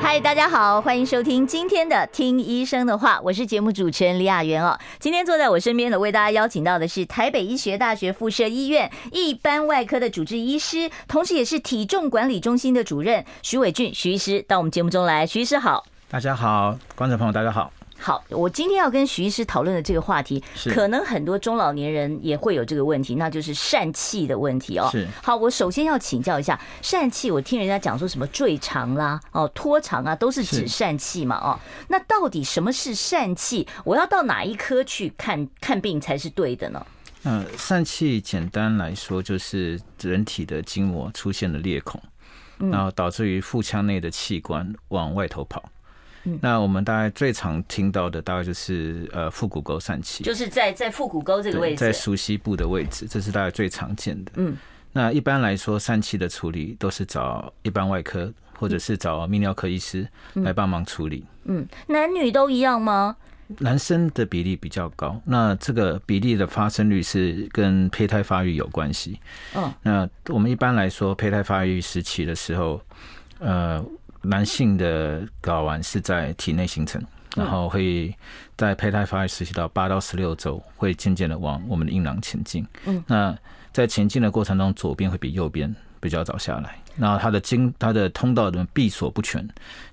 嗨，大家好，欢迎收听今天的《听医生的话》，我是节目主持人李雅媛哦。今天坐在我身边的，为大家邀请到的是台北医学大学附设医院一般外科的主治医师，同时也是体重管理中心的主任徐伟俊徐医师到我们节目中来。徐医师好。大家好，观众朋友，大家好。好，我今天要跟徐医师讨论的这个话题，是可能很多中老年人也会有这个问题，那就是疝气的问题哦。是好，我首先要请教一下疝气，我听人家讲说什么坠肠啦、哦脱肠啊，都是指疝气嘛哦。那到底什么是疝气？我要到哪一科去看看病才是对的呢？嗯、疝气简单来说就是人体的筋膜出现了裂孔，嗯然后导致于腹腔内的器官往外头跑。嗯那我们大概最常听到的大概就是呃腹股沟疝气，就是在在腹股沟这个位对，置，在熟悉部的位置，这是大概最常见的。嗯，那一般来说，疝气的处理都是找一般外科或者是找泌尿科医师来帮忙处理。嗯，男女都一样吗？男生的比例比较高，那这个比例的发生率是跟胚胎发育有关系。嗯，那我们一般来说，胚胎发育时期的时候，呃，男性的睾丸是在体内形成，然后会在胚胎发育时期到八到十六周，会渐渐的往我们的阴囊前进。嗯，那在前进的过程中，左边会比右边比较早下来，然后它的经它的通道的闭锁不全，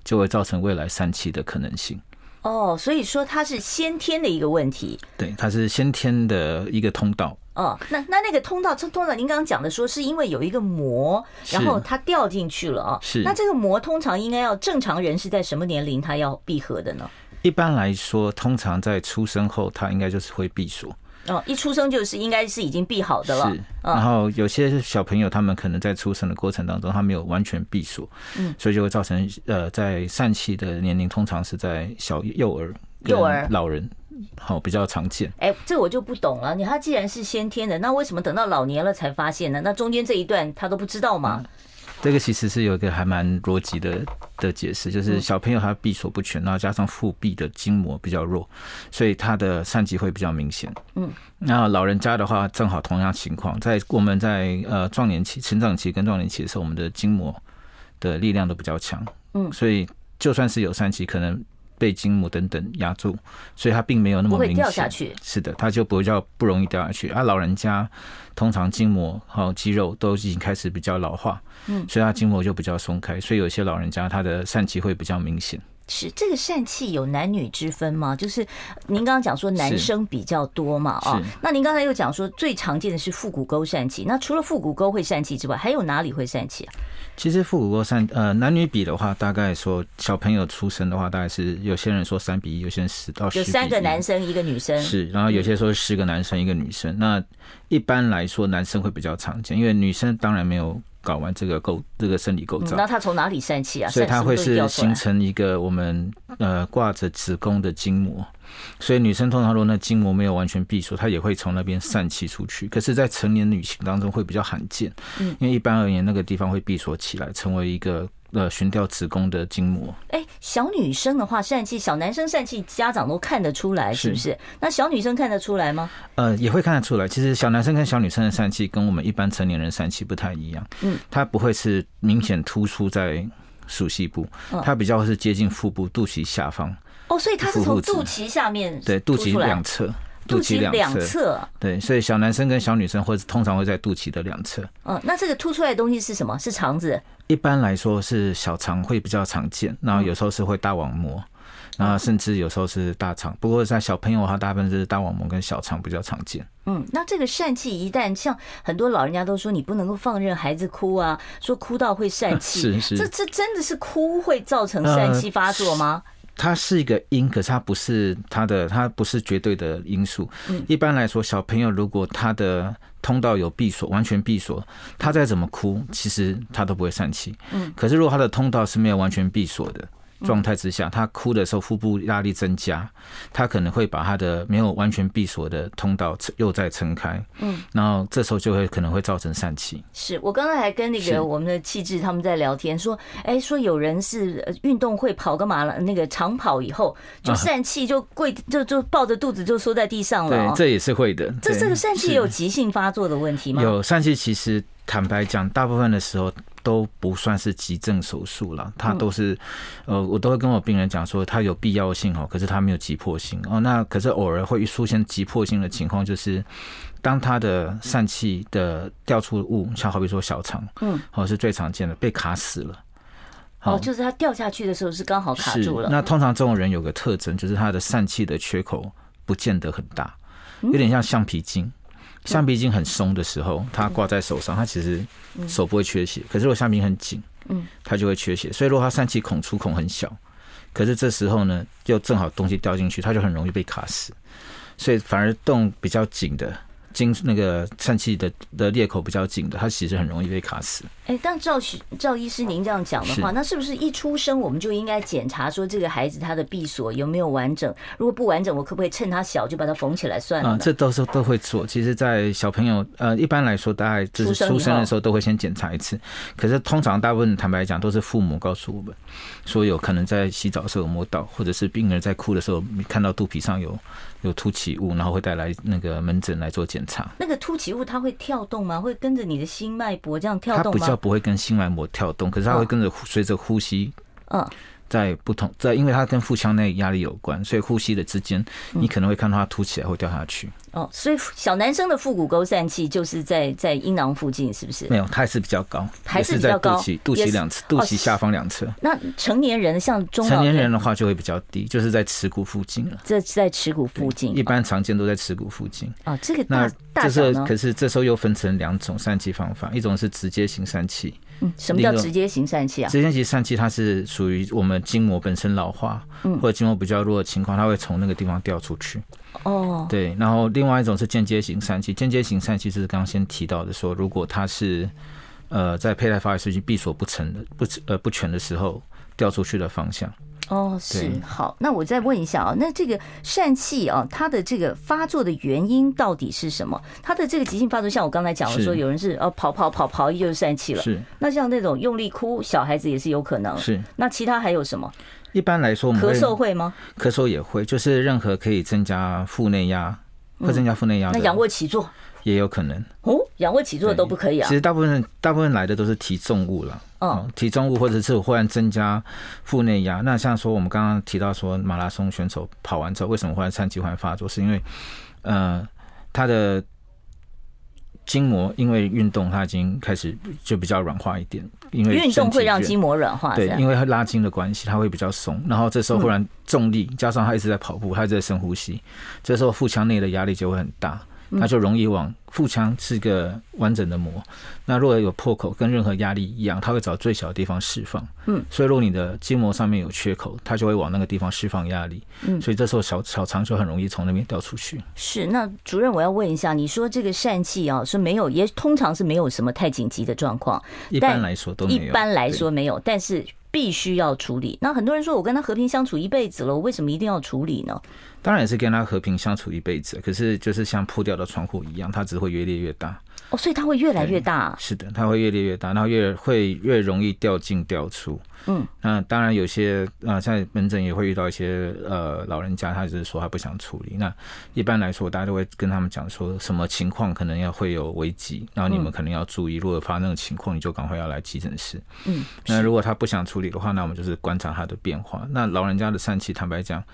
就会造成未来疝气的可能性。哦，所以说它是先天的一个问题。对，它是先天的一个通道。哦，那那那个通道，通通常您刚刚讲的说是因为有一个膜，是然后它掉进去了啊、哦。是那这个膜通常应该要正常人是在什么年龄它要闭合的呢？一般来说，通常在出生后，它应该就是会闭锁。哦，一出生就是应该是已经闭好的啊了是。，然后有些小朋友他们可能在出生的过程当中，他没有完全闭锁，嗯，所以就会造成呃，在疝气的年龄通常是在小幼儿、幼儿老人，好、比较常见。哎，这我就不懂了。你它既然是先天的，那为什么等到老年了才发现呢？那中间这一段他都不知道吗？嗯这个其实是有一个还蛮逻辑的的解释，嗯就是小朋友他闭锁不全，然后加上腹壁的筋膜比较弱，所以他的疝气会比较明显。嗯，那老人家的话，正好同样情况，在我们在呃壮年期、成长期跟壮年期的时候，我们的筋膜的力量都比较强。嗯，所以就算是有疝气，可能。被筋膜等等压住，所以它并没有那么不会明显。掉下去是的，它就比较不容易掉下去。啊，老人家通常筋膜还有肌肉都已经开始比较老化，嗯所以它筋膜就比较松开，所以有些老人家他的疝气会比较明显。是这个疝气有男女之分吗？就是您刚刚讲说男是生比较多嘛，啊是，那您刚才又讲说最常见的是腹股沟疝气，那除了腹股沟会疝气之外，还有哪里会疝气啊？其实腹股沟疝，呃，男女比的话，大概说小朋友出生的话，大概是有些人说三比一，有些人十到十，有三个男。生一个女生，嗯是，然后有些说十个男生一个女生。那一般来说，男生会比较常见，因为女生当然没有搞完这个构这个生理构嗯造，那他从哪里疝气啊？所以它会疝气是都掉出来形成一个我们呃挂着子宫的筋膜，所以女生通常如果那筋膜没有完全闭锁，它也会从那边散气出去。可是，在成年女性当中会比较罕见，嗯因为一般而言那个地方会闭锁起来，成为一个呃悬吊子宫的筋膜。哎，小女生的话疝气，小男生疝气，家长都看得出来，是不是？那小女生看得出来吗？呃，也会看得出来，其实小男生跟小女生的疝气跟我们一般成年人疝气不太一样，嗯，它不会是明显突出在属细部，嗯它比较是接近腹部肚脐下方，哦，所以他是从腹部肚子脐下面对，肚凸出脐来两侧。肚脐两侧，对，所以小男生跟小女生会通常会在肚脐的两侧。嗯，那这个凸出来的东西是什么？是肠子。一般来说是小肠会比较常见，然后有时候是会大网膜，然后甚至有时候是大肠。不过在小朋友的话，大部分是大网膜跟小肠比较常见。嗯，那这个疝气一旦像很多老人家都说，你不能够放任孩子哭啊，说哭到会 疝气，是是这呃这真的是哭会造成疝气发作吗？它是一个因，可是它不是它的，它不是绝对的因素。嗯一般来说，小朋友如果他的通道有闭锁，完全闭锁，他再怎么哭，其实他都不会疝气。嗯，可是如果他的通道是没有完全闭锁的，状态之下，他哭的时候腹部压力增加，他可能会把他的没有完全闭锁的通道又再撑开，嗯，然后这时候就会可能会造成疝气，是我刚才还跟那是个我们的气质他们在聊天，说，哎，说有人是呃运动会跑个马拉那个长跑以后就啊疝气，就跪就就抱着肚子就缩在地上了、对哦，。这也是会的。这对这个疝气是有急性发作的问题吗？哦有疝气，其实坦白讲，大部分的时候都不算是急症手术嗯啦，它都是，呃，我都会跟我病人讲说，它有必要性哦，可是它没有急迫性哦。那可是偶尔会出现急迫性的情况，就是当它的疝气的掉出物，像好比说小肠，嗯，哦是最常见的，被卡死了。哦，就是它掉下去的时候是刚好卡是，住了。那通常这种人有个特征，就是他的疝气的缺口不见得很大，嗯有点像橡皮筋。橡皮筋很松的时候，它挂在手上，它其实嗯手不会缺血。可是如果橡皮筋很紧，嗯，它就会缺血。所以如果它疝气孔出孔很小，可是这时候呢，又正好东西掉进去，它就很容易被卡死。所以反而洞比较紧的。经那个疝气的的裂口比较紧的，它其实很容易被卡死。哎，但赵许赵医师您这样讲的话，是那是不是一出生我们就应该检查说这个孩子他的闭锁有没有完整？如果不完整，我可不可以趁他小就把它缝起来算了啊、呢？这都是都会做。其实，在小朋友呃，一般来说，大概就出是生以出生后的时候都会先检查一次。可是通常大部分坦白讲，都是父母告诉我们说有可能在洗澡的时候有摸到，或者是病人在哭的时候看到肚皮上有有凸起物，然后会带来那个门诊来做检查。那个凸起物它会跳动吗？会跟着你的心脉搏这样跳它动比较吗？不会跟心脉膜跳动，可是它会跟着呼随着呼吸嗯，在不同在，因为它跟腹腔内压力有关，所以呼吸的之间，嗯你可能会看到它凸起来或掉下去。哦，所以小男生的腹股沟疝气就是在在阴囊附近，是不是没？有，它还是比较高，还也是是比较在高肚脐肚也是脐两侧、肚哦脐下方两侧。那成年人像中成老年人的话就会比较低，就是在耻骨附近了。这在耻骨附近，一般常见都在耻骨附近。哦，这个那大大这时小候呢？可是这时候又分成两种疝气方法，一种是直接型疝气，嗯什么叫那个直接型疝气啊？直接型疝气它是属于我们筋膜本身老化嗯或者筋膜比较弱的情况，它会从那个地方掉出去。哦，对，然后另外一种是间接型疝气，间接型疝气就是刚刚先提到的说，如果它是呃在胚胎发育时期闭锁不成的不呃不全的时候掉出去的方向。哦，是对好。那我再问一下啊，那这个疝气啊，它的这个发作的原因到底是什么？它的这个急性发作，像我刚才讲的是说，有人是哦跑跑跑跑，就是疝气了。是那像那种用力哭，小孩子也是有可能。是，那其他还有什么？一般来说我们咳会嗽会吗？咳嗽也会，就是任何可以增加腹内压，会增加腹内压嗯那的，仰卧起坐也有可能。哦，仰卧起坐都不可以啊其。实大部分大部分来的都是提重物了，嗯哦，提重物或者是忽然增加腹内压。那像说我们刚刚提到说马拉松选手跑完之后，为什么忽然疝气忽然发作，是因为呃他的筋膜因为运动它已经开始就比较软化一点，因为运动身体会让倦筋膜软化，对这，样因为它拉筋的关系，它会比较松。然后这时候忽然重力、加上他一直在跑步，他一直在深呼吸，这时候腹腔内的压力就会很大，它就容易往腹腔是一个完整的膜。那如果有破口，跟任何压力一样，它会找最小的地方释放。嗯，所以如果你的筋膜上面有缺口，它就会往那个地方释放压力。嗯，所以这时候小小肠就很容易从那边掉出去。是。那主任，我要问一下，你说这个疝气啊，是没有，也通常是没有什么太紧急的状况，一但般来说都没有。一般来对说没有，但是必须要处理。那很多人说我跟他和平相处一辈子了，我为什么一定要处理呢？当然也是跟它和平相处一辈子，可是就是像破掉的窗户一样，它只会越裂越大。哦，所以它会越来越大啊、是的，它会越裂越大，然后越会越容易掉进掉出。嗯，那当然有些啊、呃，在门诊也会遇到一些呃老人家，他就是说他不想处理。那一般来说，大家都会跟他们讲说，什么情况可能要会有危机，然后你们可能要注意，如果发生那种情况，你就赶快要来急诊室。嗯，那如果他不想处理的话，那我们就是观察他的变化。那老人家的疝气，坦白讲。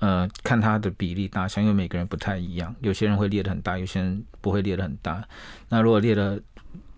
呃，看他的比例大小，因为每个人不太一样，有些人会裂得很大，有些人不会裂得很大。那如果裂的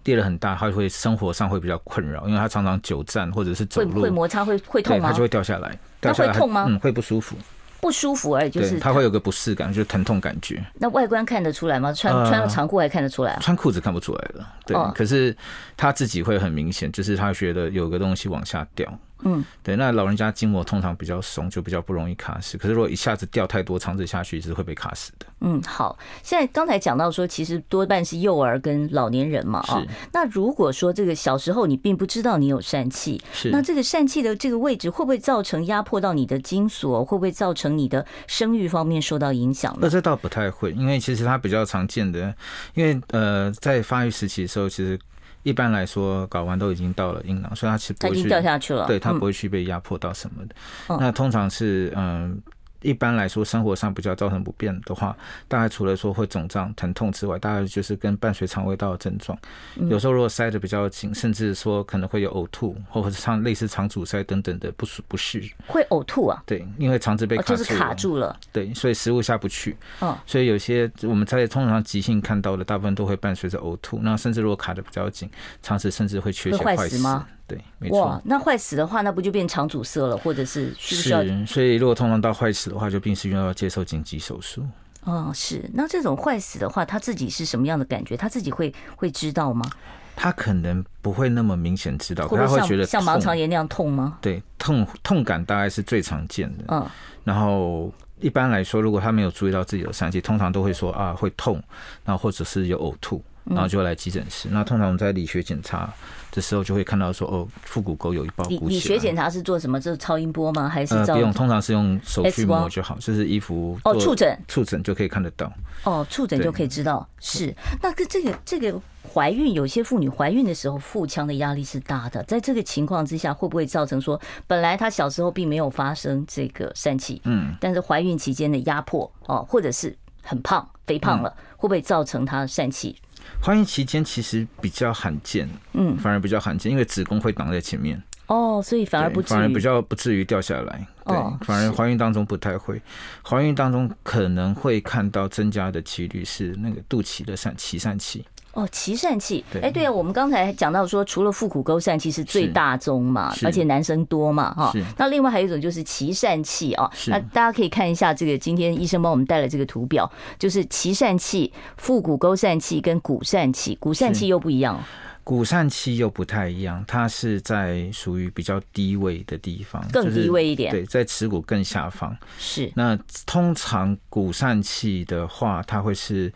裂得很大，他会生活上会比较困扰，因为他常常久站或者是走会路，会摩擦，会会对，痛他吗就？会掉下来。掉下来会痛吗嗯，会不舒服，不舒服而已，就对，是他会有个不适感，就是疼痛感觉。那外观看得出来吗？穿呃穿了长裤还看得出来啊？穿裤子看不出来了，对哦，可是他自己会很明显，就是他觉得有个东西往下掉，嗯，对，那老人家筋膜通常比较松，就比较不容易卡死。可是如果一下子掉太多，长子下去是会被卡死的。嗯，好。现在刚才讲到说，其实多半是幼儿跟老年人嘛，啊是。那如果说这个小时候你并不知道你有疝气，是那这个疝气的这个位置会不会造成压迫到你的精索？会不会造成你的生育方面受到影响那呢？这倒不太会，因为其实它比较常见的，因为呃，在发育时期的时候，其实一般来说睾丸都已经到了阴囊，所以它其实不它会已去经掉下去了，对，它嗯不会去被压迫到什么的。嗯那通常是嗯。一般来说，生活上比较造成不便的话，大概除了说会肿胀、疼痛之外，大概就是跟伴随肠胃道的症状。嗯有时候如果塞得比较紧，甚至说可能会有呕吐，或者是像类似肠阻塞等等的不舒不适。会呕吐啊，对，因为肠子被哦，卡就住了，是卡住了，对，所以食物下不去。嗯所以有些我们在通常急性看到的，大部分都会伴随着呕吐，那甚至如果卡的比较紧，肠子甚至会缺血会坏死死吗？对，没哇错，。那坏死的话，那不就变肠阻塞了，或者是需不需要？是，所以如果通常到坏死的话，就必须要接受紧急手术。哦，是。那这种坏死的话，他自己是什么样的感觉？他自己会会知道吗？他可能不会那么明显知道，会不可哦他会会觉像像得痛盲肠炎那样痛吗？对痛痛感大概是最常见的。嗯，然后一般来说，如果他没有注意到自己有疝气，通常都会说啊会痛，然后或者是有呕吐，嗯然后就来急诊室。那通常我们在理学检查的时候，就会看到说哦，腹股沟有一包理鼓理起来学检查是做什么？这是超音波吗？还是呃照不？用，通常是用手 X 去光摸就好，就是衣服哦做触诊触诊就可以看得到。哦，触诊对就可以知道。是，那个这个这个怀孕，有些妇女怀孕的时候腹腔的压力是大的，在这个情况之下，会不会造成说，本来她小时候并没有发生这个疝气，嗯，但是怀孕期间的压迫哦，或者是很胖肥胖嗯了，会不会造成她疝气？怀孕期间其实比较罕见，嗯，反而比较罕见，因为子宫会挡在前面。哦，所以反而对不至反而于比较不至于掉下来。对，哦反而是怀孕当中不太会，怀孕当中可能会看到增加的几率是那个肚脐的疝脐疝气。哦，脐疝气，对哎，对啊，我们刚才讲到说，除了腹股沟疝气是最是大宗嘛，是而且男生多嘛，哈是。那另外还有一种就是脐疝气哦，是那大家可以看一下这个今天医生帮我们带了这个图表，就是脐疝气、腹股沟疝气跟股疝气，股疝气是又不一样哦，骨疝气又不太一样，它是在属于比较低位的地方，更就是低位一点对，在耻骨更下方。是那通常骨疝气的话，它会是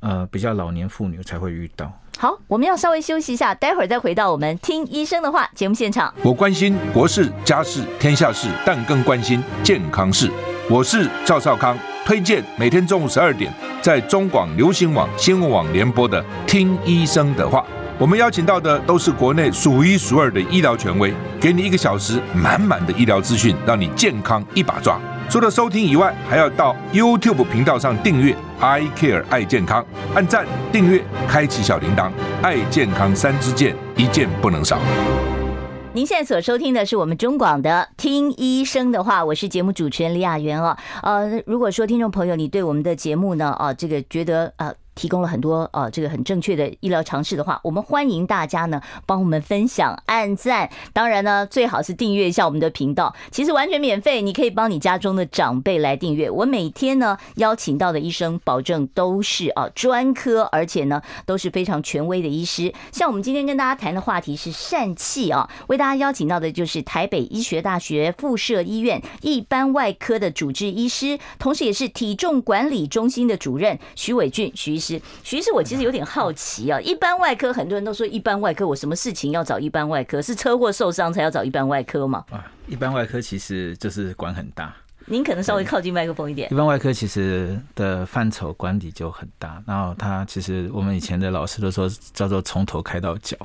呃比较老年妇女才会遇到。好，我们要稍微休息一下，待会儿再回到我们听医生的话节目现场。我关心国事、家事、天下事，但更关心健康事。我是赵少康，推荐每天中午十二点在中广流行网、新闻网联播的《听医生的话》。我们邀请到的都是国内数一数二的医疗权威，给你一个小时满满的医疗资讯，让你健康一把抓。除了收听以外，还要到 YouTube 频道上订阅 “I Care 爱健康”，按赞、订阅、开启小铃铛，爱健康三支箭，一件不能少。您现在所收听的是我们中广的《听医生的话》，我是节目主持人李雅媛哦。呃，如果说听众朋友你对我们的节目呢，啊，这个觉得呃。提供了很多呃，这个很正确的医疗常识的话，我们欢迎大家呢帮我们分享、按赞。当然呢，最好是订阅一下我们的频道，其实完全免费，你可以帮你家中的长辈来订阅。我每天呢邀请到的医生，保证都是啊专科，而且呢都是非常权威的医师。像我们今天跟大家谈的话题是疝气啊，为大家邀请到的就是台北医学大学附设医院一般外科的主治医师，同时也是体重管理中心的主任徐伟俊徐医师。徐医师，我其实有点好奇啊，一般外科很多人都说一般外科，我什么事情要找一般外科？是车祸受伤才要找一般外科吗？啊，一般外科其实就是管很大，您可能稍微靠近麦克风一点一。般外科其实的范畴管理就很大，然后它其实我们以前的老师都说叫做从头开到脚，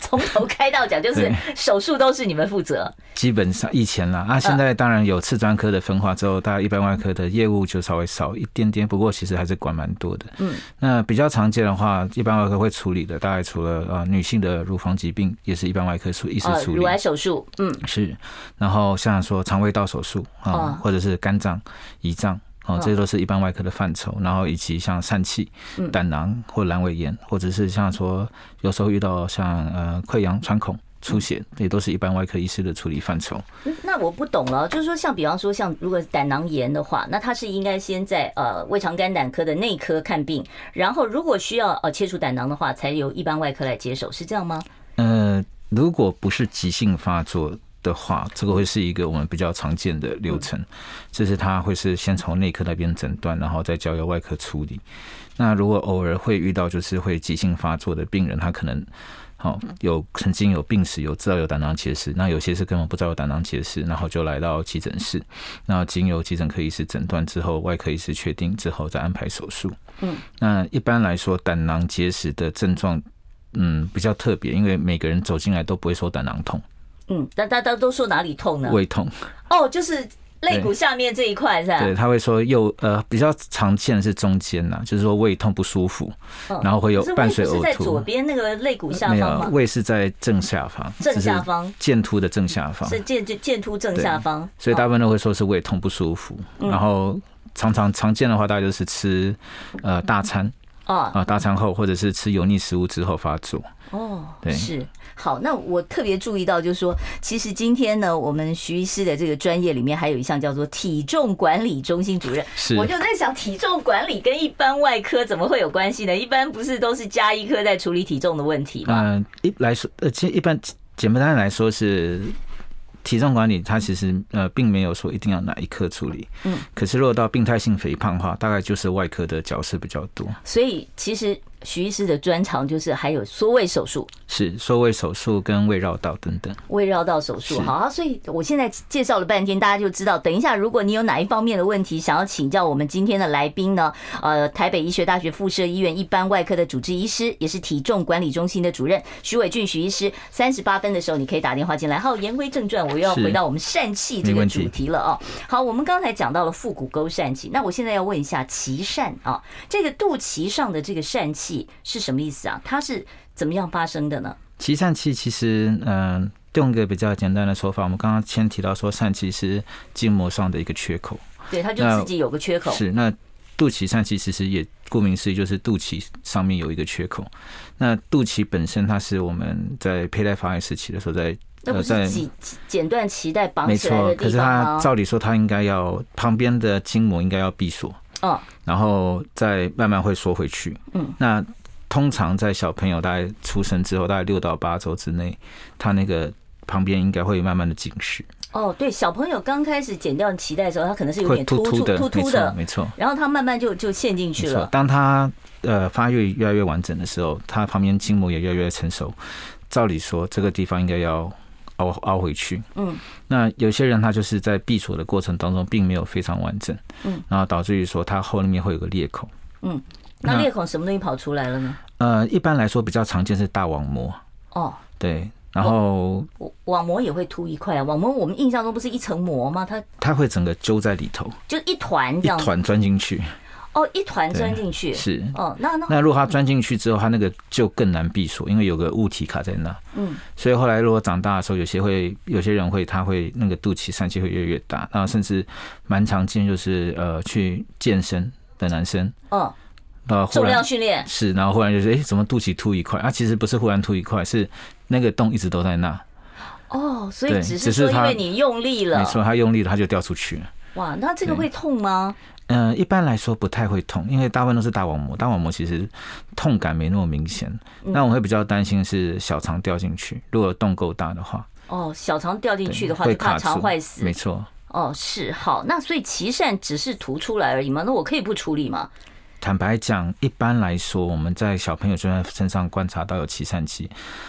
从头开到脚，就是对手术都是你们负责。基本上以前啦，嗯啊，现在当然有次专科的分化之后，大家一般外科的业务就稍微少一点点，不过其实还是管蛮多的。嗯，那比较常见的话，一般外科会处理的，大概除了呃女性的乳房疾病，也是一般外科处医师呃，处乳理癌手术，嗯，是，然后像说肠胃道手术哦啊，或者是肝脏、胰脏。哦，这些都是一般外科的范畴，然后以及像疝气、嗯胆囊或阑尾炎，或者是像说有时候遇到像呃溃疡、穿孔、出血，嗯这也都是一般外科医师的处理范畴。那我不懂了，就是说，像比方说，像如果是胆囊炎的话，那他是应该先在呃胃肠肝胆科的内科看病，然后如果需要呃切除胆囊的话，才由一般外科来接手，是这样吗？呃，如果不是急性发作的话，这个会是一个我们比较常见的流程，就是它会是先从内科那边诊断，然后再交由外科处理。那如果偶尔会遇到就是会急性发作的病人，他可能好、有曾经有病史，有知道有胆囊结石，那有些是根本不知道有胆囊结石，然后就来到急诊室，那经由急诊科医师诊断之后，外科医师确定之后再安排手术。嗯，那一般来说胆囊结石的症状。嗯，比较特别，因为每个人走进来都不会说胆囊痛、嗯，大大家都说哪里痛呢？胃痛，哦，就是肋骨下面这一块是吧？对，他会说右呃比较常见的是中间呐、就是说胃痛不舒服，然后会有嗯可是伴随胃不是呕在左吐。边那个肋骨下没方有，吗？胃是在正下方，正下方就是剑突的正下方，是剑剑突正对下方，哦所以大部分都会说是胃痛不舒服。嗯然后常常常见的话，大概就是吃呃大餐哦啊，大餐后或者是吃油腻食物之后发作。哦，对是好。那我特别注意到，就是说，其实今天呢，我们徐医师的这个专业里面还有一项叫做体重管理中心主任。是我就在想，体重管理跟一般外科怎么会有关系呢？一般不是都是加医科在处理体重的问题吗？嗯，一来说，呃，其实一般简单来说是体重管理，它其实呃并没有说一定要哪一科处理。嗯，可是如果到病态性肥胖的话，大概就是外科的角色比较多。所以其实徐医师的专长就是还有缩胃手术、是缩胃手术跟胃绕道等等，胃绕道手术。是好、啊，所以我现在介绍了半天，大家就知道。等一下，如果你有哪一方面的问题想要请教我们今天的来宾呢，呃，台北医学大学附设医院一般外科的主治医师，也是体重管理中心的主任徐伟俊徐医师。三十八分的时候，你可以打电话进来。好，言归正传，我又要是回到我们疝气这没个问题主题了哦。好，我们刚才讲到了腹股沟疝气，那我现在要问一下脐疝啊，这个肚脐上的这个疝气是什么意思啊？它是怎么样发生的呢？脐疝气其实嗯、呃用一个比较简单的说法，我们刚刚先提到说疝气是筋膜上的一个缺口。对，它就那自己有个缺口。是，那肚脐上其实是也顾名思义，就是肚脐上面有一个缺口。那肚脐本身它是我们在佩戴发育时期的时候在那不呃是在。几几剪断脐带绑没起来错的，可地是方它吗？照理说它应该要旁边的筋膜应该要闭锁，嗯，然后再慢慢会缩回去。嗯，那通常在小朋友大概出生之后，大概六到八周之内，他那个旁边应该会慢慢的紧实，哦，对，小朋友刚开始剪掉脐带的时候，他可能是有会点突突出、的，突没突错，的，没错。然后他慢慢就就陷进去没错了，。当它呃发育越来越完整的时候，它旁边筋膜也越来越成熟，照理说这个地方应该要凹凹回去。嗯，那有些人他就是在闭锁的过程当中并没有非常完整，嗯，然后导致于说它后面会有个裂口。那那裂孔什么东西跑出来了呢？呃，一般来说比较常见是大网膜，哦，对，然后网网膜也会凸一块啊。网膜我们印象中不是一层膜吗？它它会整个揪在里头，就一团一这样子。团钻进去，哦，一团对钻进去。。是。哦，那那 那如果它钻进去之后，它那个就更难闭锁，因为有个物体卡在那。嗯，所以后来如果长大的时候，有些会有些人会他会那个肚脐疝气会越来越大，然后甚至蛮常见就是呃去健身的男生，嗯，然后忽重量然训练是，然后忽然就是哎、诶怎么肚脐凸一块？啊，其实不是忽然凸一块，是那个洞一直都在那，哦，所以对只是只是说因它为你用力了没，错，他用力了他就掉出去了。哇，那这个对会痛吗？嗯、一般来说不太会痛，因为大部分都是大网膜，大网膜其实痛感没那么明显。嗯那我会比较担心是小肠掉进去，如果洞够大的话，哦，小肠掉进对去的话，会就怕卡住肠坏死没。错，哦，是好，那所以脐疝只是凸出来而已嘛，那我可以不处理吗？坦白讲，一般来说，我们在小朋友就算身上观察到有脐疝气，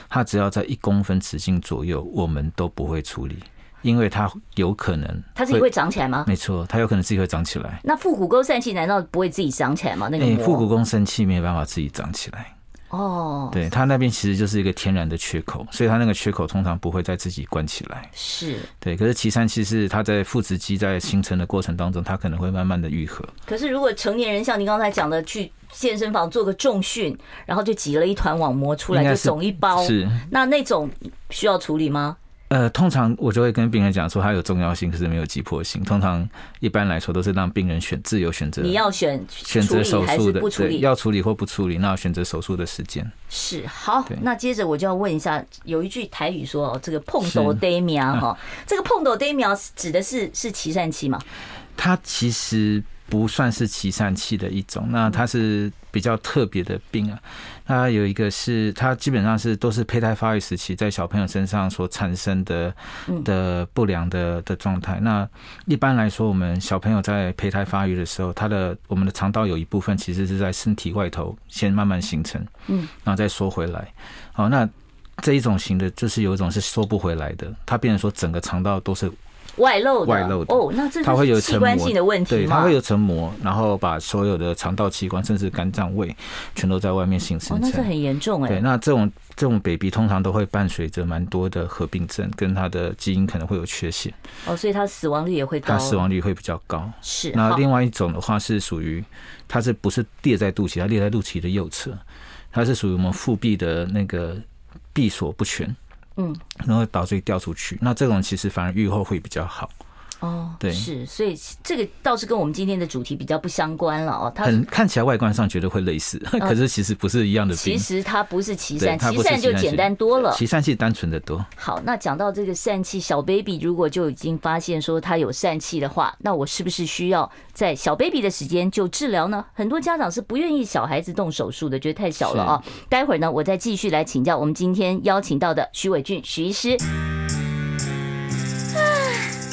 它只要在一公分直径左右，我们都不会处理，因为它有可能它自己会长起来吗？没错，它有可能自己会长起来。那腹股沟疝气难道不会自己长起来吗？那个哎，膜腹股沟疝气没有办法自己长起来，哦，对它那边其实就是一个天然的缺口，所以它那个缺口通常不会再自己关起来。是，对，可是脐疝气是它在腹直肌在形成的过程当中，它可能会慢慢的愈合。可是如果成年人像您刚才讲的去健身房做个重训，然后就挤了一团网膜出来，应就该是肿一包，是，那那种需要处理吗？呃，通常我就会跟病人讲说，它有重要性，可是没有急迫性。通常一般来说都是让病人选自由选择，你要选选处择理手还术是的不，处对，理？要处理或不处理，那要选择手术的时间。是好对，那接着我就要问一下，有一句台语说哦，这个碰斗是啊呆苗哈，这个碰斗呆苗指的是是脐疝气吗？它其实不算是脐疝气的一种，那它是比较特别的病啊。它有一个是它基本上是都是胚胎发育时期在小朋友身上所产生的的不良的的状态。那一般来说，我们小朋友在胚胎发育的时候，它的我们的肠道有一部分其实是在身体外头先慢慢形成，嗯，然后再缩回来。好，那这一种型的，就是有一种是缩不回来的，它变成说整个肠道都是外露的，外露的哦，那这它会有是层器膜官性的问题哦对，吗？它会有层膜，然后把所有的肠道器官，甚至肝脏、胃，全都在外面形哦成，那这层。很严重对，哎。那这种这种 baby 通常都会伴随着蛮多的合并症，跟它的基因可能会有缺陷，哦，所以他死亡率也会高。它死亡率会比较高。是那好另外一种的话是属于，它是不是裂在肚脐？它裂在肚脐的右侧，它是属于我们腹壁的那个闭锁不全，嗯，然后导致掉出去。那这种其实反而愈后会比较好，哦，对是，所以这个倒是跟我们今天的主题比较不相关了哦。它很看起来外观上觉得会类似，嗯 可是其实不是一样的病其。实它不是脐对疝，它脐不是疝就脐疝简性单多了。脐疝气单纯的多，好，那讲到这个疝气，小 baby 如果就已经发现说他有疝气的话，那我是不是需要在小 baby 的时间就治疗呢？很多家长是不愿意小孩子动手术的，觉得太小了啊。待会儿呢，我再继续来请教我们今天邀请到的徐伟俊徐医师。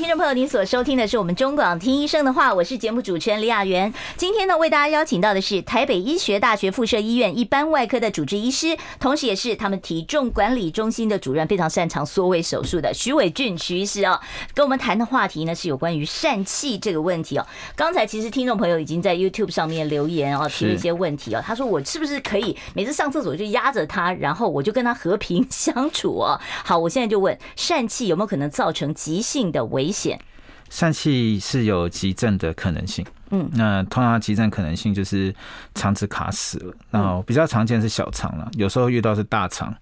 听众朋友，您所收听的是我们中广听医生的话，我是节目主持人李雅媛。今天呢，为大家邀请到的是台北医学大学附设医院一般外科的主治医师，同时也是他们体重管理中心的主任，非常擅长缩胃手术的徐伟俊徐医师哦，跟我们谈的话题呢是有关于疝气这个问题哦。刚才其实听众朋友已经在 YouTube 上面留言哦，提了一是些问题哦。他说我是不是可以每次上厕所就压着他，然后我就跟他和平相处哦？ 好，我现在就问，疝气有没有可能造成急性的危险？疝气是有急症的可能性。嗯，那通常急症可能性就是肠子卡死了，然后比较常见是小肠了，有时候遇到是大肠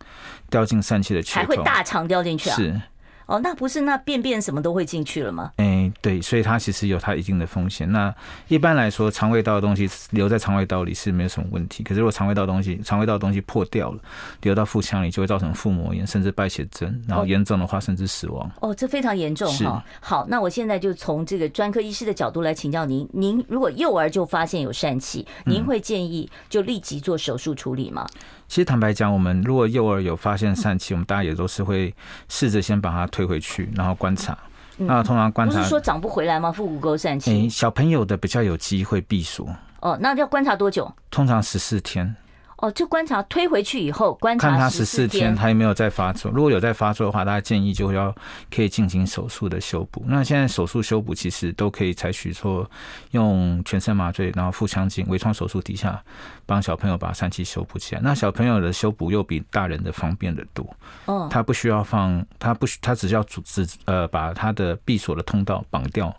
掉进疝气的缺还会口。啊大肠掉进去啊？是，哦，那不是那便便什么都会进去了吗？哎、对，所以它其实有它一定的风险。那一般来说，肠胃道的东西留在肠胃道里是没有什么问题。可是如果肠胃道的东西，肠胃道的东西破掉了，流到腹腔里，就会造成腹膜炎，甚至败血症，然后严重的话甚至死亡。哦，这非常严重是哈。好，那我现在就从这个专科医师的角度来请教您。您如果幼儿就发现有疝气，嗯您会建议就立即做手术处理吗？其实坦白讲，我们如果幼儿有发现疝气，我们大家也都是会试着先把它推回去，然后观察。那通常观嗯不察是，说长不回来吗？腹股沟疝诶、气。小朋友的比较有机会闭锁，哦，那要观察多久？通常十四天，哦，就观察推回去以后观察看他嗯十十四天他有没有在发作。如果有在发作的话，大家建议就要可以进行手术的修补。那现在手术修补其实都可以采取说用全身麻醉，然后腹腔镜微创手术底下帮小朋友把疝气修补起来。那小朋友的修补又比大人的方便的多。哦，他不需要放，他不需，他只需要阻止呃把他的闭锁的通道绑掉，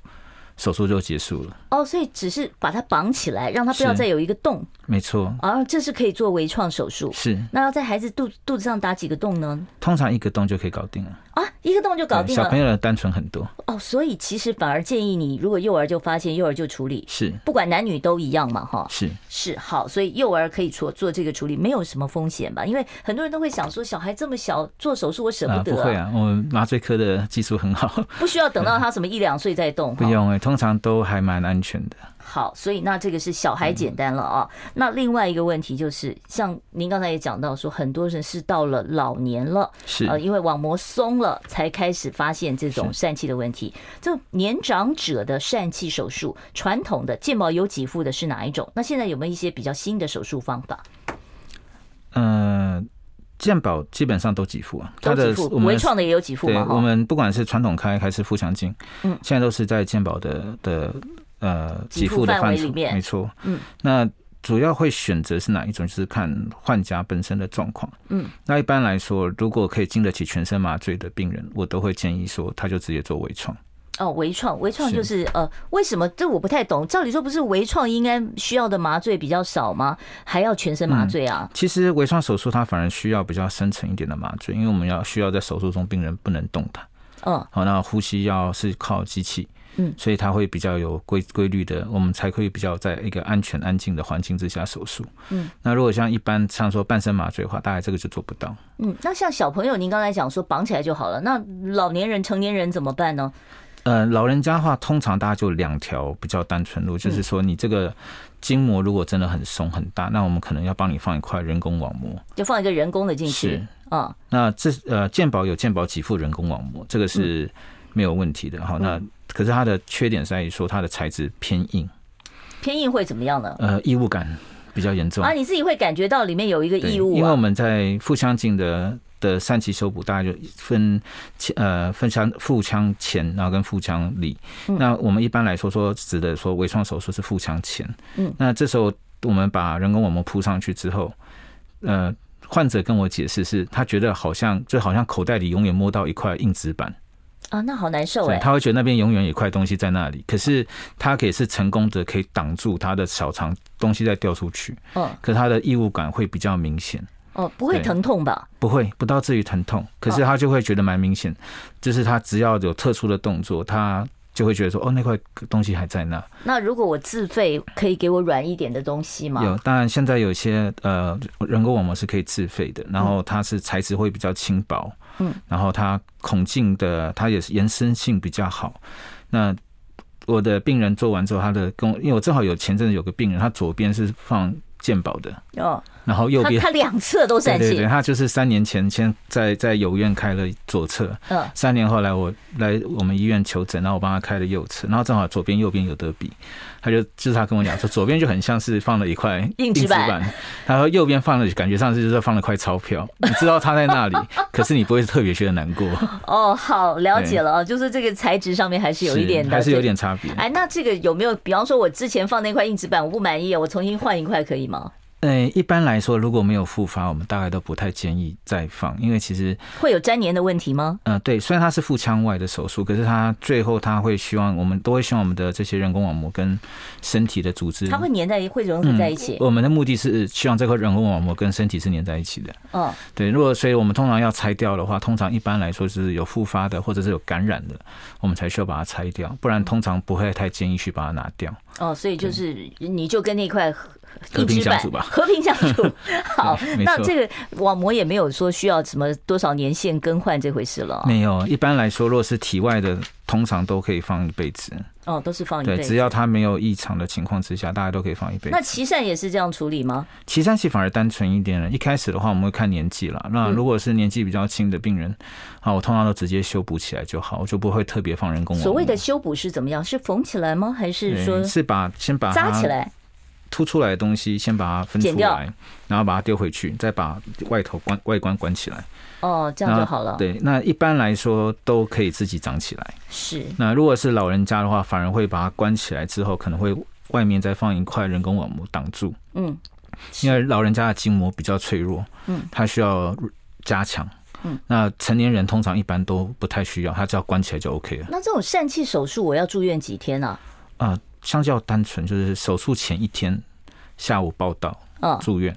手术就结束了。哦，所以只是把它绑起来，让它不要是再有一个洞，没错，而这是可以做微创手术。是那要在孩子肚肚子上打几个洞呢？通常一个洞就可以搞定了，啊，一个洞就搞对定嗯小朋了友的单纯很多，哦。所以其实反而建议你，如果幼儿就发现，幼儿就处理，是不管男女都一样嘛，哈。是。是好，所以幼儿可以做做这个处理，没有什么风险吧？因为很多人都会想说，小孩这么小做手术，我舍啊，得、不会，啊，我们麻醉科的技术很 好，不需要等到他什么一两岁再动。不哈用哎、通常都还蛮安全的。好，所以那这个是小孩嗯简单了啊。那另外一个问题就是，像您刚才也讲到说，很多人是到了老年了，是呃，因为网膜松了才开始发现这种疝气的问题。这年长者的疝气手术，传统的健保有给付的是哪一种？那现在有没有一些比较新的手术方法？呃，健保基本上都给付啊，它都给的付，我们微创的也有给付对嘛？我哈，们不管是传统开还是腹腔镜，嗯现在都是在健保的的呃给给付付的范围范里畴，面没错，嗯，那。主要会选择是哪一种，就是看患家本身的状况。嗯，那一般来说，如果可以经得起全身麻醉的病人，我都会建议说，他就直接做微创。哦，微创，微创是就是呃，为什么这我不太懂？照理说不是微创应该需要的麻醉比较少吗？还要全身麻嗯醉啊？其实微创手术它反而需要比较深层一点的麻醉，因为我们要需要在手术中病人不能动弹，嗯，好，那呼吸要是靠机器，嗯所以它会比较有规规律的，我们才可以比较在一个安全安静的环境之下手术，嗯，那如果像一般像说半身麻醉的话，大概这个就做不到。嗯，那像小朋友，您刚才讲说绑起来就好了，那老年人、成年人怎么办呢？呃，老人家的话，通常大家就两条比较单纯路，就是说你这个筋膜如果真的很松很大，那我们可能要帮你放一块人工网膜。就放一个人工的进去是，嗯，那这呃，健保有健保给付人工网膜，这个是没有问题的哈。那可是它的缺点在于说它的材质偏硬，偏硬会怎么样呢？呃，异物感比较严重啊，。你自己会感觉到里面有一个对异物因为我啊，们在腹腔镜的的疝气修补，大概就分前呃分腔腹腔前，然后跟腹腔里。嗯那我们一般来说说指的说微创手术是腹腔前，嗯，那这时候我们把人工网膜铺上去之后，呃，患者跟我解释是他觉得好像就好像口袋里永远摸到一块硬纸板，啊，那好难受对，哎、他会觉得那边永远有一块东西在那里，可是他可以是成功的，可以挡住他的小肠东西再掉出去，嗯，可他的异物感会比较明显。哦，不会对疼痛吧？不会，不到至于疼哦痛，可是他就会觉得蛮明显，就是他只要有特殊的动作，他就会觉得说，哦，那块东西还在那。那如果我自费，可以给我软一点的东西吗？有，当然现在有些呃人工网膜是可以自费的，然后它是材质会比较轻薄，嗯，然后它孔径的它也是延伸性比较好。那我的病人做完之后，他的跟我因为我正好有前阵子有个病人，他左边是放健保的，哦，然后右他边他两侧都疝对对气对，，他就是三年前先在在有院开了左侧，嗯三年后来我来我们医院求诊，然后我帮他开了右侧，然后正好左边右边有得比，他就就是他跟我讲说，左边就很像是放了一块硬纸纸板板，然后右边放了感觉上是就是放了块钞票，你知道他 在那里，可是你不会特别觉得难过，哦，好了解对了哦，就是这个材质上面还是有一点的，还是有点差别对。。哎，那这个有没有？比方说，我之前放那块硬纸板，我不满意，我重新换一块可以吗？嗯，一般来说如果没有复发，我们大概都不太建议再放，因为其实会有粘连的问题吗？呃，对，虽然它是腹腔外的手术，可是它最后它会希望我们都会希望我们的这些人工网膜跟身体的组织，它会粘在会融合在一起。我们的目的是希望这块人工网膜跟身体是粘在一起的。哦，对，如果所以我们通常要拆掉的话，通常一般来说是有复发的或者是有感染的，我们才需要把它拆掉，不然通常不会太建议去把它拿掉。哦，所以就是你就跟那块和和平硬纸板相处吧和平相 处。好对，没那错这个网膜也没有说需要什么多少年限更换这回事了哦。没有，一般来说，如果是体外的，通常都可以放一辈子。哦，都是放一对，辈只子。要它没有异常的情况之下，大家都可以放一辈子那。脐疝也是这样处理吗？脐疝气反而单纯一点了。一开始的话，我们会看年纪啦。嗯那如果是年纪比较轻的病人，啊，我通常都直接修补起来就好，我就不会特别放人工网膜。所谓的修补是怎么样？是缝起来吗？还是嗯对说是把先把扎它起来？凸出来的东西先把它分剪出掉来，然后把它丢回去，再把外头关外观关起来，哦，这样就好了。那，对，那一般来说都可以自己长起来。是那如果是老人家的话，反而会把它关起来之后，可能会外面再放一块人工网膜挡住，嗯，因为老人家的筋膜比较脆弱，嗯，它需要加强，嗯，那成年人通常一般都不太需要，他只要关起来就 OK 了那这种疝气手术，我要住院几天啊？啊、相较单纯，就是手术前一天下午报到嗯住院，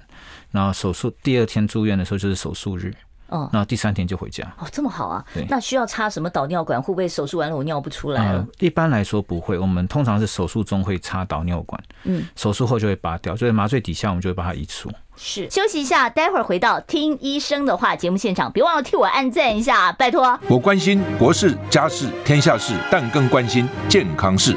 然后手术第二天住院的时候就是手术日，嗯，然后第三天就回家。哦，这么好啊对？那需要插什么导尿管？会不会手术完了我尿不出来啊了呃？，一般来说不会，我们通常是手术中会插导尿管，嗯，手术后就会拔掉，所以麻醉底下我们就会把它移除。是，休息一下，待会儿回到听医生的话节目现场，别忘了替我按赞一下，拜托。我关心国事、家事、天下事，但更关心健康事。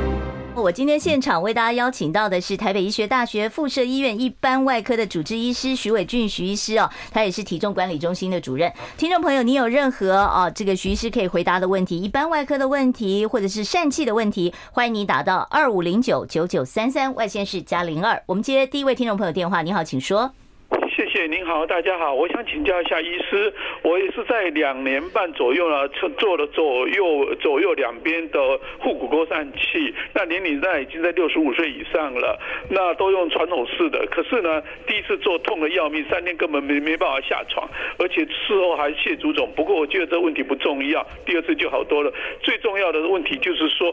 我今天现场为大家邀请到的是台北医学大学附设医院一般外科的主治医师徐伟俊徐医师哦，他也是体重管理中心的主任。听众朋友，你有任何啊这个徐医师可以回答的问题，一般外科的问题或者是疝气的问题，欢迎你打到二五零九九九三三外线是加零二。我们接第一位听众朋友电话，你好，请说。谢谢您好，大家好，我想请教一下医师，我也是在两年半左右呢，做做了左右左右两边的腹股沟疝气，那年龄在已经在六十五岁以上了，那都用传统式的，可是呢，第一次做痛的要命，三天根本没没办法下床，而且事后还谢足肿，不过我觉得这问题不重要，第二次就好多了，最重要的问题就是说，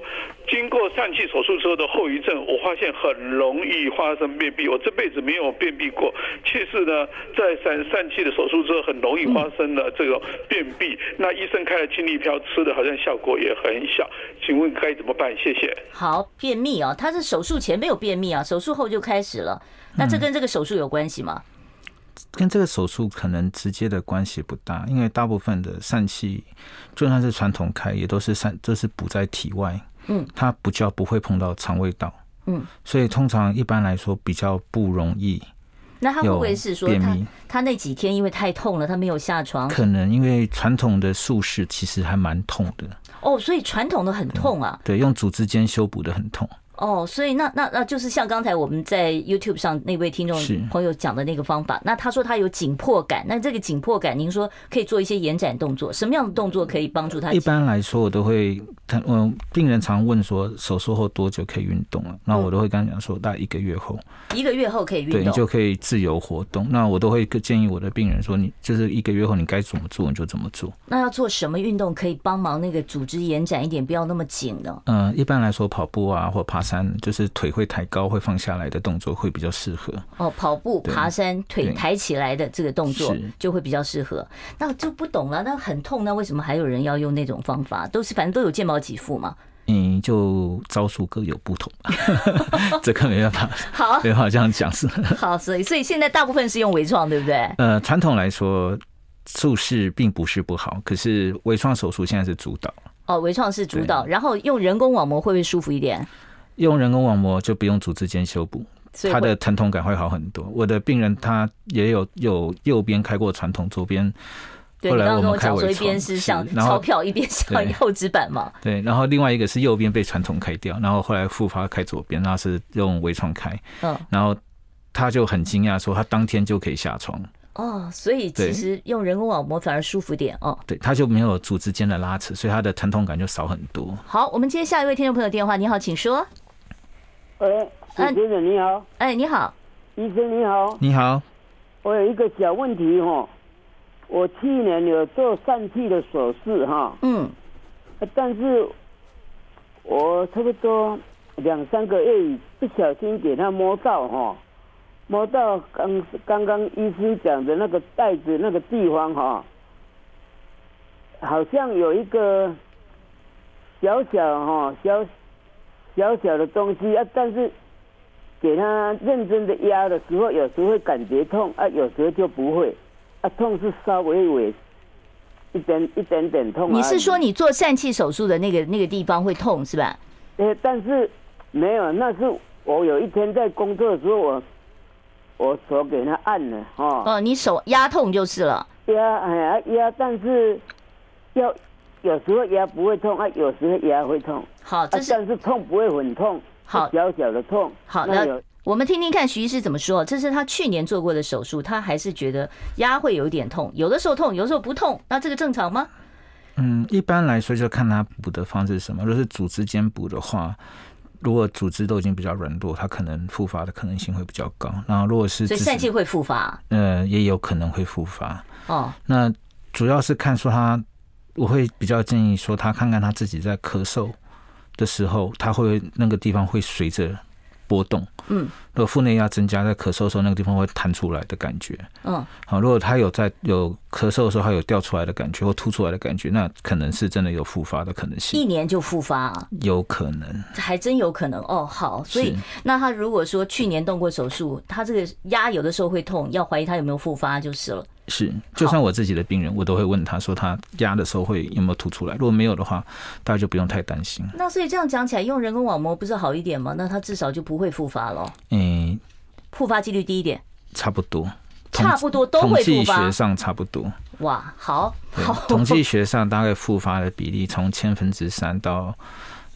经过疝气手术之后的后遗症，我发现很容易发生便秘，我这辈子没有便秘过，确实呢，在疝疝气的手术之后，很容易发生了这种便秘，那医生开了清力飘，吃的好像效果也很小，请问该怎么办？谢谢。好，便秘哦，他是手术前没有便秘啊，手术后就开始了。那这嗯跟这个手术有关系吗？跟这个手术可能直接的关系不大，因为大部分的疝气，就算是传统开，也都是疝，都是补在体外，嗯，它比较不会碰到肠胃道，嗯，所以通常一般来说比较不容易，那他会不会是说有他便秘他那几天因为太痛了，他没有下床可能因为传统的术式其实还蛮痛的，哦，所以传统的很痛啊对，用组织间修补的很痛，哦，所以那那那就是像刚才我们在 YouTube 上那位听众是朋友讲的那个方法，那他说他有紧迫感，那这个紧迫感，您说可以做一些延展动作，什么样的动作可以帮助他一紧？般来说，我都会，他嗯，病人常问说手术后多久可以运动了，那我都会跟他讲说大概一个月后，一个月后可以运对你动就可以自由活动。那我都会建议我的病人说，你就是一个月后你该怎么做你就怎么做。那要做什么运动可以帮忙那个组织延展一点，不要那么紧呢？嗯，一般来说跑步啊或爬山，就是腿会抬高会放下来的动作会比较适合。哦，跑步、对爬山，腿对抬起来的这个动作是就会比较适合。那就不懂了，那很痛，那为什么还有人要用那种方法？都是反正都有健保给付嘛。 嗯，就招数各有不同， 这个没办法，好没办法这样讲是。好，所以所以现在大部分是用微创，对不对？呃，传统来说，术式并不是不好，可是微创手术现在是主导。哦，微创是主导，然后用人工网膜会不会舒服一点？用人工网膜就不用组织间修补，所以它会的疼痛感会好很多。我的病人他也有有右边开过传统，左边对后你来刚刚我跟们我开讲说，微一边创是是像然后钞票，一边像对厚纸板嘛。对，然后另外一个是右边被传统开掉，然后后来复发开左边，那是用微创开，嗯，然后他就很惊讶说他当天就可以下床，哦，所以其对实用人工网膜反而舒服点哦。对，他就没有组织间的拉扯，所以他的疼痛感就少很多。好，我们接下一位听众朋友电话，你好，请说。哎，许嗯先生你好，哎，你好，医生你好，你好，我有一个小问题哈、我去年有做疝气的手术哈、嗯，呃但是我差不多两三个月不小心给它摸到哈、摸到刚刚刚医生讲的那个袋子那个地方哈、好像有一个小小哈、小小小的东西啊，但是给它认真的压的时候，有时候会感觉痛啊，有时候就不会啊，痛是稍微微一点一点点痛而已。啊你是说你做疝气手术的那个那个地方会痛是吧？呃，但是没有，那是我有一天在工作的时候，我我手给他按了哦，哦，你手压痛就是了。压哎呀压，但是要有时候压不会痛啊，有时候压会痛，好，啊这，是但是痛不会很痛，好是小小的痛。好，那那有我们听听看徐医师怎么说。这是他去年做过的手术，他还是觉得压会有一点痛，有的时候痛，有的时候不痛，那这个正常吗？嗯，一般来说就看他补的方式是什么。如果是组织间补的话，如果组织都已经比较软弱，它可能复发的可能性会比较高。然后如果是所以自疝己气会复发啊呃，也有可能会复发。哦。那主要是看说他，我会比较建议说他看看他自己在咳嗽的时候，他会那个地方会随着波动。嗯，如果腹内压增加，在咳嗽的时候，那个地方会弹出来的感觉。嗯，好，如果他有在有咳嗽的时候，他有掉出来的感觉或凸出来的感觉，那可能是真的有复发的可能一性，年就复发、啊，有可能。还真有可能哦。好，所以是那他如果说去年动过手术，他这个压有的时候会痛，要怀疑他有没有复发就是了。是，就算我自己的病人，我都会问他说他压的时候会有没有凸出来，如果没有的话，大家就不用太担心。那所以这样讲起来，用人工网膜不是好一点吗？那它至少就不会复发了，诶、复发几率低一点。差不多，统差不多都会统计复发学上差不 多，哇，好对好，统计学上大概复发的比例从千分之三到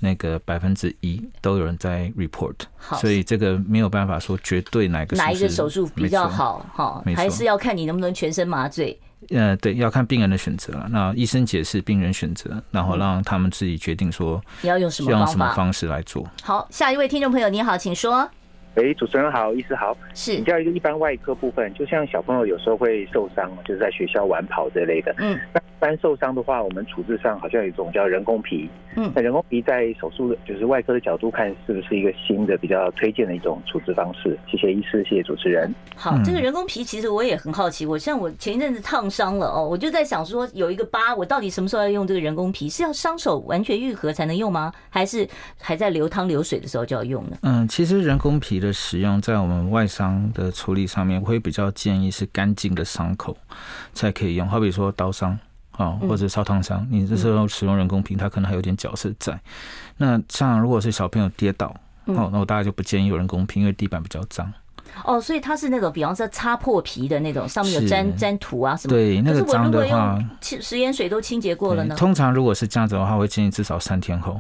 那个百分之一都有人在 report，好所以这个没有办法说绝对哪 个哪一个是手术比较？没错好？哈没，错还是要看你能不能全身麻醉。呃，对，要看病人的选择了。那医生解释病人选择，然后让他们自己决定说你要用嗯什么要方用法？什么方式来做。好，下一位听众朋友，你好，请说。喂，主持人好，医师好。是请，教一个一般外科部分，就像小朋友有时候会受伤，就是在学校玩跑这类的。嗯，那一般受伤的话，我们处置上好像有一种叫人工皮。嗯那人工皮在手术的，就是外科的角度看，是不是一个新的比较推荐的一种处置方式？谢谢医师，谢谢主持人。好，这个人工皮其实我也很好奇，我像我前一阵子烫伤了哦，我就在想说有一个疤，我到底什么时候要用这个人工皮？是要伤手完全愈合才能用吗？还是还在流汤流水的时候就要用呢？嗯，其实人工皮的使用在我们外伤的处理上面，我会比较建议是干净的伤口才可以用，好比说刀伤。啊，或嗯者烧烫伤，你这时候使用人工皮，它可能还有点角色在。那像如果是小朋友跌倒，嗯哦，那我大概就不建议有人工皮，因为地板比较脏。哦，所以它是那种，比方说擦破皮的那种，上面有是粘粘土啊什么。对那可个是我如脏的果话用清食盐水都清洁过了对，呢？哎通常如果是这样子的话，我会建议至少三天后。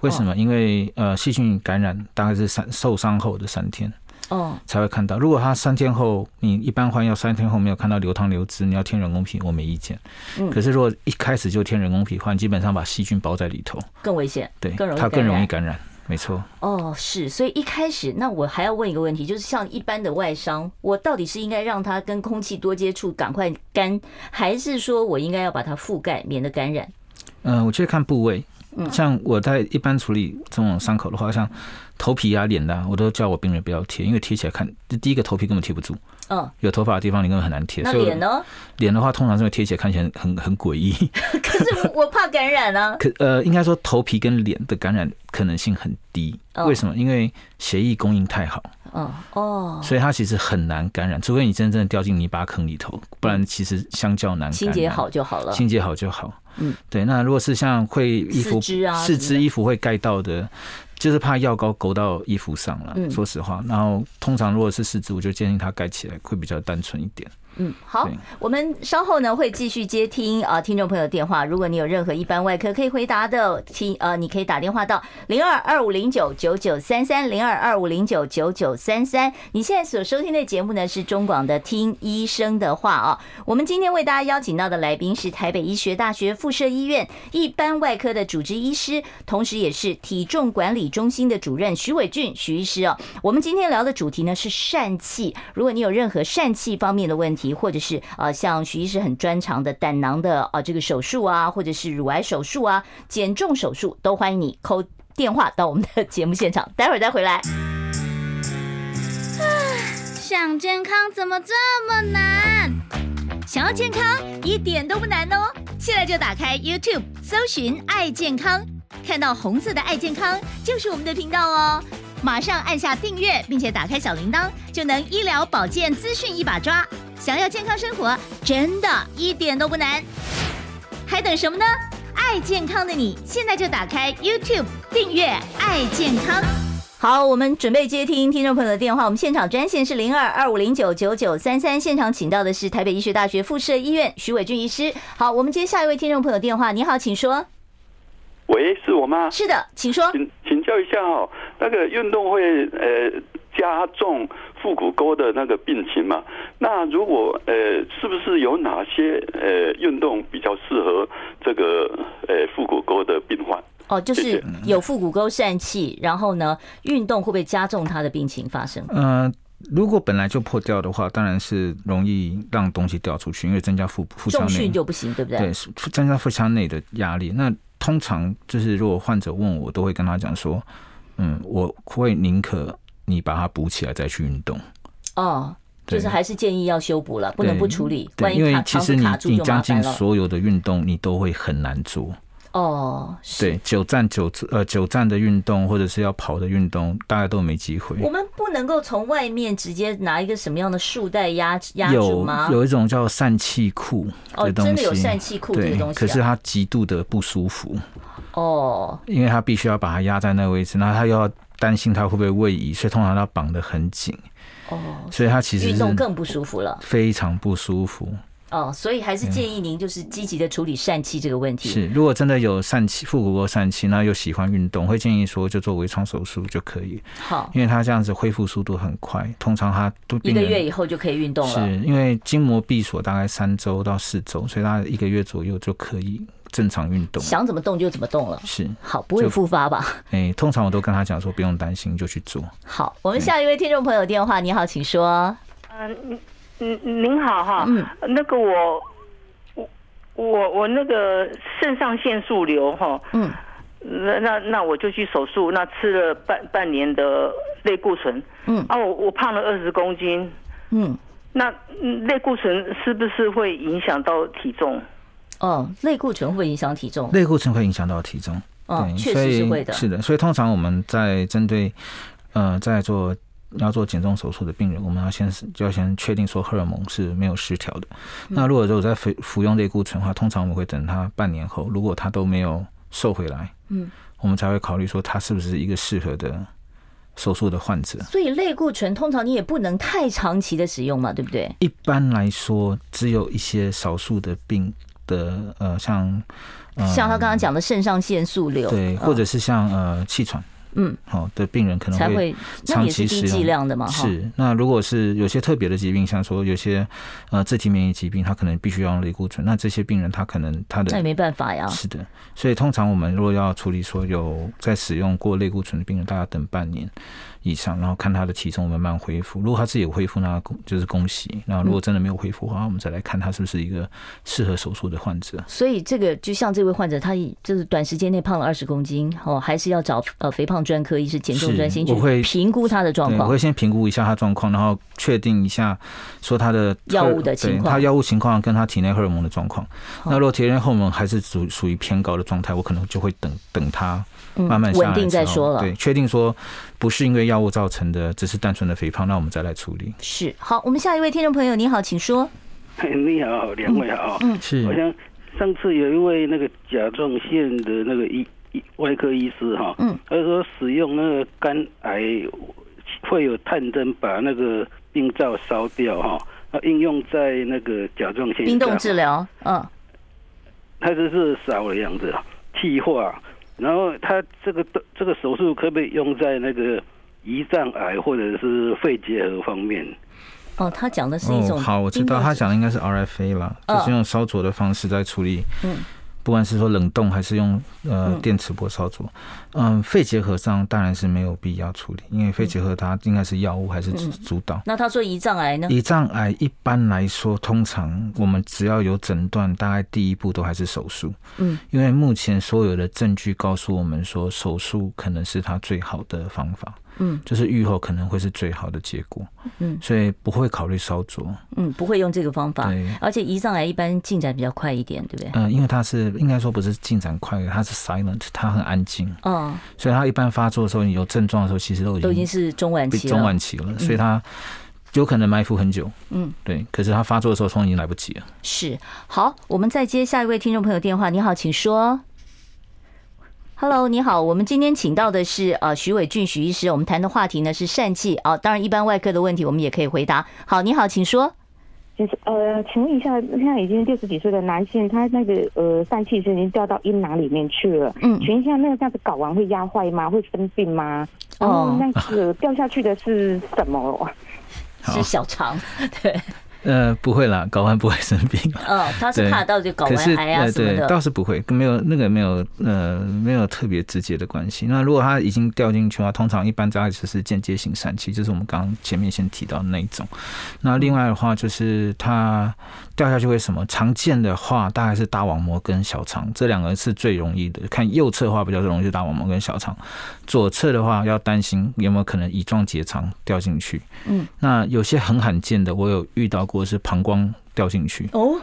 为什哦么？因为呃，细菌感染大概是三受伤后的三天哦，才会看到。如果它三天后，你一般换药三天后没有看到流汤流汁，你要添人工皮，我没意见。嗯可是如果一开始就添人工皮的话，你基本上把细菌包在里头，更危险，对，更容易它更感容易染感染。没错，哦，是，所以一开始，那我还要问一个问题，就是像一般的外伤，我到底是应该让它跟空气多接触，赶快干，还是说我应该要把它覆盖，免得感染？嗯、我觉得看部位。嗯像我在一般处理这种伤口的话，像头皮啊、脸啊，我都叫我病人不要贴，因为贴起来看，第一个头皮根本贴不住，嗯，有头发的地方你根本很难贴。那所以我脸呢？ 脸的话，通常是会贴起来看起来很很诡异。可是我我怕感染啊。可呃，应该说头皮跟脸的感染可能性很低。哦为什么？因为血液供应太好，嗯，哦，所以它其实很难感染，除非你真正掉进泥巴坑里头，不然其实相较难感染。清洁好，就好了。清洁好就好。嗯，对。那如果是像会衣服四肢啊四什么肢衣服会盖到的。就是怕药膏勾到衣服上了，嗯说实话。然后通常如果是四肢，我就建议它盖起来会比较单纯一点。嗯，好对，我们稍后呢会继续接听啊、呃、听众朋友电话。如果你有任何一般外科可以回答的，听呃你可以打电话到零二二五零九九九三三零二二五零九九九三三。你现在所收听的节目呢是中广的《听医生的话》啊。我们今天为大家邀请到的来宾是台北医学大学附设医院一般外科的主治医师，同时也是体重管理中心的主任徐伟俊徐医师哦。我们今天聊的主题呢是疝气，如果你有任何疝气方面的问题，或者是呃像徐医师很专长的胆囊的呃这个手术啊，或者是乳癌手术啊、减重手术，都欢迎你扣电话到我们的节目现场，待会儿再回来。 想健康怎么这么难？想要健康一点都不难哦！现在就打开 YouTube 搜寻“爱健康”，看到红色的“爱健康”就是我们的频道哦。马上按下订阅，并且打开小铃铛，就能医疗保健资讯一把抓。想要健康生活，真的一点都不难，还等什么呢？爱健康的你，现在就打开 YouTube 订阅“爱健康”。好，我们准备接听听众朋友的电话。我们现场专线是零二二五零九九九三三，现场请到的是台北医学大学附设医院徐伟俊医师。好，我们接下一位听众朋友电话。你好，请说。喂，是我吗？是的，请说。请请教一下哦，那个运动会呃加重腹股沟的那个病情嘛？那如果呃是不是有哪些呃运动比较适合这个呃腹股沟的病患？哦，就谢是谢嗯有腹股沟疝气，然后呢，运动会不会加重他的病情发生？呃，如果本来就破掉的话，当然是容易让东西掉出去，因为增加腹腹腔重内训就不行，对不对？对是增加腹腔内的压力。那通常就是如果患者问我，我都会跟他讲说，嗯，我会宁可你把它补起来再去运动。哦，对就是还是建议要修补了，不对能不处理，对，万一因为卡其肠实子你卡住你就麻将烦近了。所有的运动你都会很难做，哦，对，久站久坐呃久站的运动或者是要跑的运动，大家都没机会。我们不能够从外面直接拿一个什么样的束带压压住有吗？有一种叫疝气裤哦的东西，真的有疝气裤这个对东西啊可是它极度的不舒服，哦，因为它必须要把它压在那个位置，那它又要担心它会不会位移，所以通常它绑得很紧，哦，所以它其实运动是更不舒服了非常不舒服。哦，所以还是建议您就是积极的处理疝气这个问题。嗯是，如果真的有疝气、腹股沟疝气，那又喜欢运动，会建议说就做微创手术就可以，好，因为它这样子恢复速度很快，通常它都哦一病个人月以后就可以运动了。是因为筋膜闭锁大概三周到四周，所以大概一个月左右就可以正常运动。想怎么动就怎么动了。是，好，不会就复发吧？ 哎、通常我都跟他讲说不用担心，就去做。好，我们下一位听众朋友电话，你好，请说。嗯嗯，您好哈，嗯那个我我我我那个肾上腺素瘤哈，嗯，那那那我就去手术，那吃了半半年的类固醇，嗯，啊我我胖了二十公斤，嗯，那嗯类固醇是不是会影响到体重？哦，类固醇会不会影响体重？类固醇会影响到体重，哦对，确所实是以会的是的，所以通常我们在针对，呃，在做要做减重手术的病人，我们要先是就要先确定说荷尔蒙是没有失调的。嗯那如果说我在服服用类固醇的话，通常我们会等他半年后，如果他都没有瘦回来，嗯，我们才会考虑说他是不是一个适合的手术的患者。所以类固醇通常你也不能太长期的使用嘛，对不对？一般来说，只有一些少数的病的，呃，像呃像他刚刚讲的肾上腺素瘤，对，嗯或者是像呃气喘，嗯，哦的病人可才能会那长也是期低使用剂量的嘛哈是，那如果是有些特别的疾病，像说有些呃自体免疫疾病，他可能必须要用类固醇，那这些病人他可能他的那也没办法呀。是的，所以通常我们如果要处理说有在使用过类固醇的病人，大概等半年以上，然后看他的体重慢慢恢复。如果他自己有恢复，那恭就是恭喜；那如果嗯真的没有恢复的话，我们再来看他是不是一个适合手术的患者。所以这个就像这位患者，他以就是短时间内胖了二十公斤，哦，还是要找呃肥胖专科医师、减重是专心去我会评估他的状对，我况会。先评估一下他状况，然后确定一下说他的药物的情对况他药物情况跟他体内荷尔蒙的状况。好那如果体内荷尔蒙还是属属于偏高的状态，我可能就会等等他嗯慢慢下来稳定再之后说了对，确定说不是因为药物造成的，只是单纯的肥胖，那我们再来处理。是，好，我们下一位听众朋友，你好，请说。嘿 你好，两位好。嗯嗯是我想上次有一位那个甲状腺的那个医医外科医师哈，嗯，他说使用那个肝癌会有探针把那个病灶烧掉哈，啊，应用在那个甲状腺冰冻上治疗，嗯，他就是少了样子啊，气化。然后他这个这个手术可不可以用在那个胰脏癌或者是肺结核方面？哦，他讲的是一哦，种好，我知冰道冻他治讲的应该是 RFA 啦，嗯就是用烧灼的方式在处理。嗯不管是说冷冻还是用呃嗯电磁波烧灼，嗯，肺结核上当然是没有必要处理，因为肺结核它应该是药物还是主嗯主导。那他说胰脏癌呢？胰脏癌一般来说，通常我们只要有诊断，大概第一步都还是手术，嗯，因为目前所有的证据告诉我们说，手术可能是它最好的方法，嗯就是愈后可能会是最好的结果，嗯所以不会考虑烧灼。嗯，不会用这个方法对，而且胰脏癌一般进展比较快一点，对不对？嗯、因为它是应该说不是进展快，它是 silent，它很安静，嗯，所以它一般发作的时候，你有症状的时候，其实都已经都已经是中晚被期了，中晚期了，所以它有可能埋伏很久。嗯，对，可是它发作的时候，通常已经来不及了。是。好，我们再接下一位听众朋友电话。你好，请说。Hello，你好，我们今天请到的是呃徐伟俊徐医师，我们谈的话题呢是疝气啊、当然一般外科的问题我们也可以回答。好，你好，请说。就是呃，请问一下，现在已经六十几岁的男性，他那个呃疝气是已经掉到阴囊里面去了。嗯请问一下，那个这样子睾丸会压坏吗？会生病吗？然后哦那个掉下去的是什么？是小肠，对，呃，不会啦，睾丸不会生病。嗯，他是对怕到就睾可是丸癌啊呃什么对，倒的，是不会，没有那个没有呃没有特别直接的关系。那如果它已经掉进去的话，通常一般大概就是间接性疝气，就是我们刚刚前面先提到的那一种。那另外的话就是它掉下去为什么？常见的话大概是大网膜跟小肠这两个是最容易的，看右侧的话比较容易是大网膜跟小肠，左侧的话要担心有没有可能乙状结肠掉进去。嗯，那有些很罕见的，我有遇到过是膀胱掉进去。哦，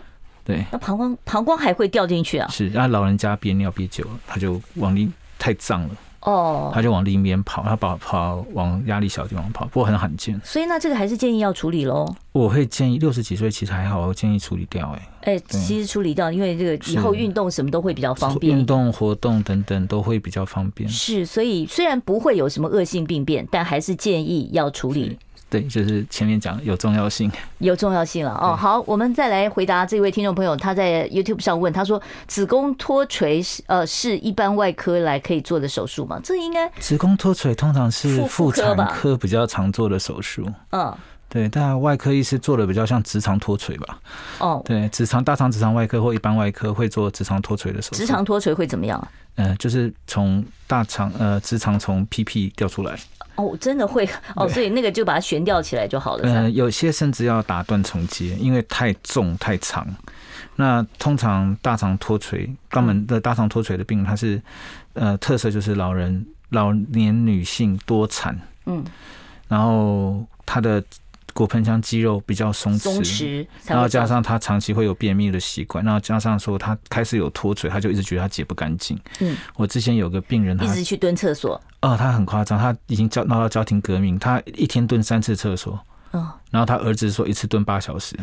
对，那膀胱膀胱还会掉进去啊？是，那老人家憋尿憋久了，他就往里太脏了，哦，他就往里面跑，他跑跑往压力小的地方跑，不过很罕见。所以那这个还是建议要处理喽。我会建议六十几岁其实还好，我建议处理掉、欸。哎，哎、其实处理掉，因为这个以后是运动什么都会比较方便。运动活动等等都会比较方便。是，所以虽然不会有什么恶性病变，但还是建议要处理，对，就是前面讲有重要性。有重要性了哦。好，我们再来回答这位听众朋友，他在 YouTube 上问，他说子宫脱垂是呃是一般外科来可以做的手术吗？这应该子宫脱垂通常是妇妇科产吧科比较常做的手术，嗯对，但外科医师做的比较像直肠脱垂吧。哦，对，直肠大肠直肠外科或一般外科会做直肠脱垂的手术。直肠，脱垂会怎么样？啊嗯、就是从大肠呃直肠从屁屁掉出来，哦，真的会哦，所以那个就把它悬吊起来就好了。是吧嗯、有些甚至要打断重接，因为太重太长。那通常大肠脱垂，肛嗯门的大肠脱垂的病人，它是呃特色就是老人老年女性多产，嗯，然后她的骨盆腔肌肉比较松松弛才会然后加上她长期会有便秘的习惯，然后加上说她开始有脱垂，她就一直觉得她解不干净。嗯，我之前有个病人，她一直去蹲厕所，哦，她很夸张，她已经叫闹到家庭革命，她一天蹲三次厕所，哦，然后她儿子说一次蹲八小时，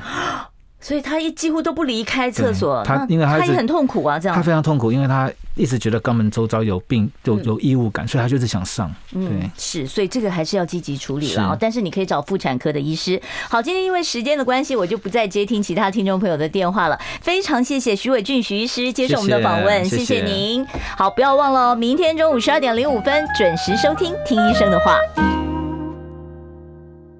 所以他一几乎都不离开厕所，对他那因为他他一直也很痛苦啊，这样她非常痛苦，因为她一直觉得肛门周遭有病，有嗯有异物感，所以她就是想上。对嗯，，是，所以这个还是要积极处理了啊是。但是你可以找妇产科的医师。好，今天因为时间的关系，我就不再接听其他听众朋友的电话了。非常谢谢徐伟俊徐医师接受我们的访问，谢谢谢您。好，不要忘了哦，明天中午十二点零五分准时收听《听医生的话》。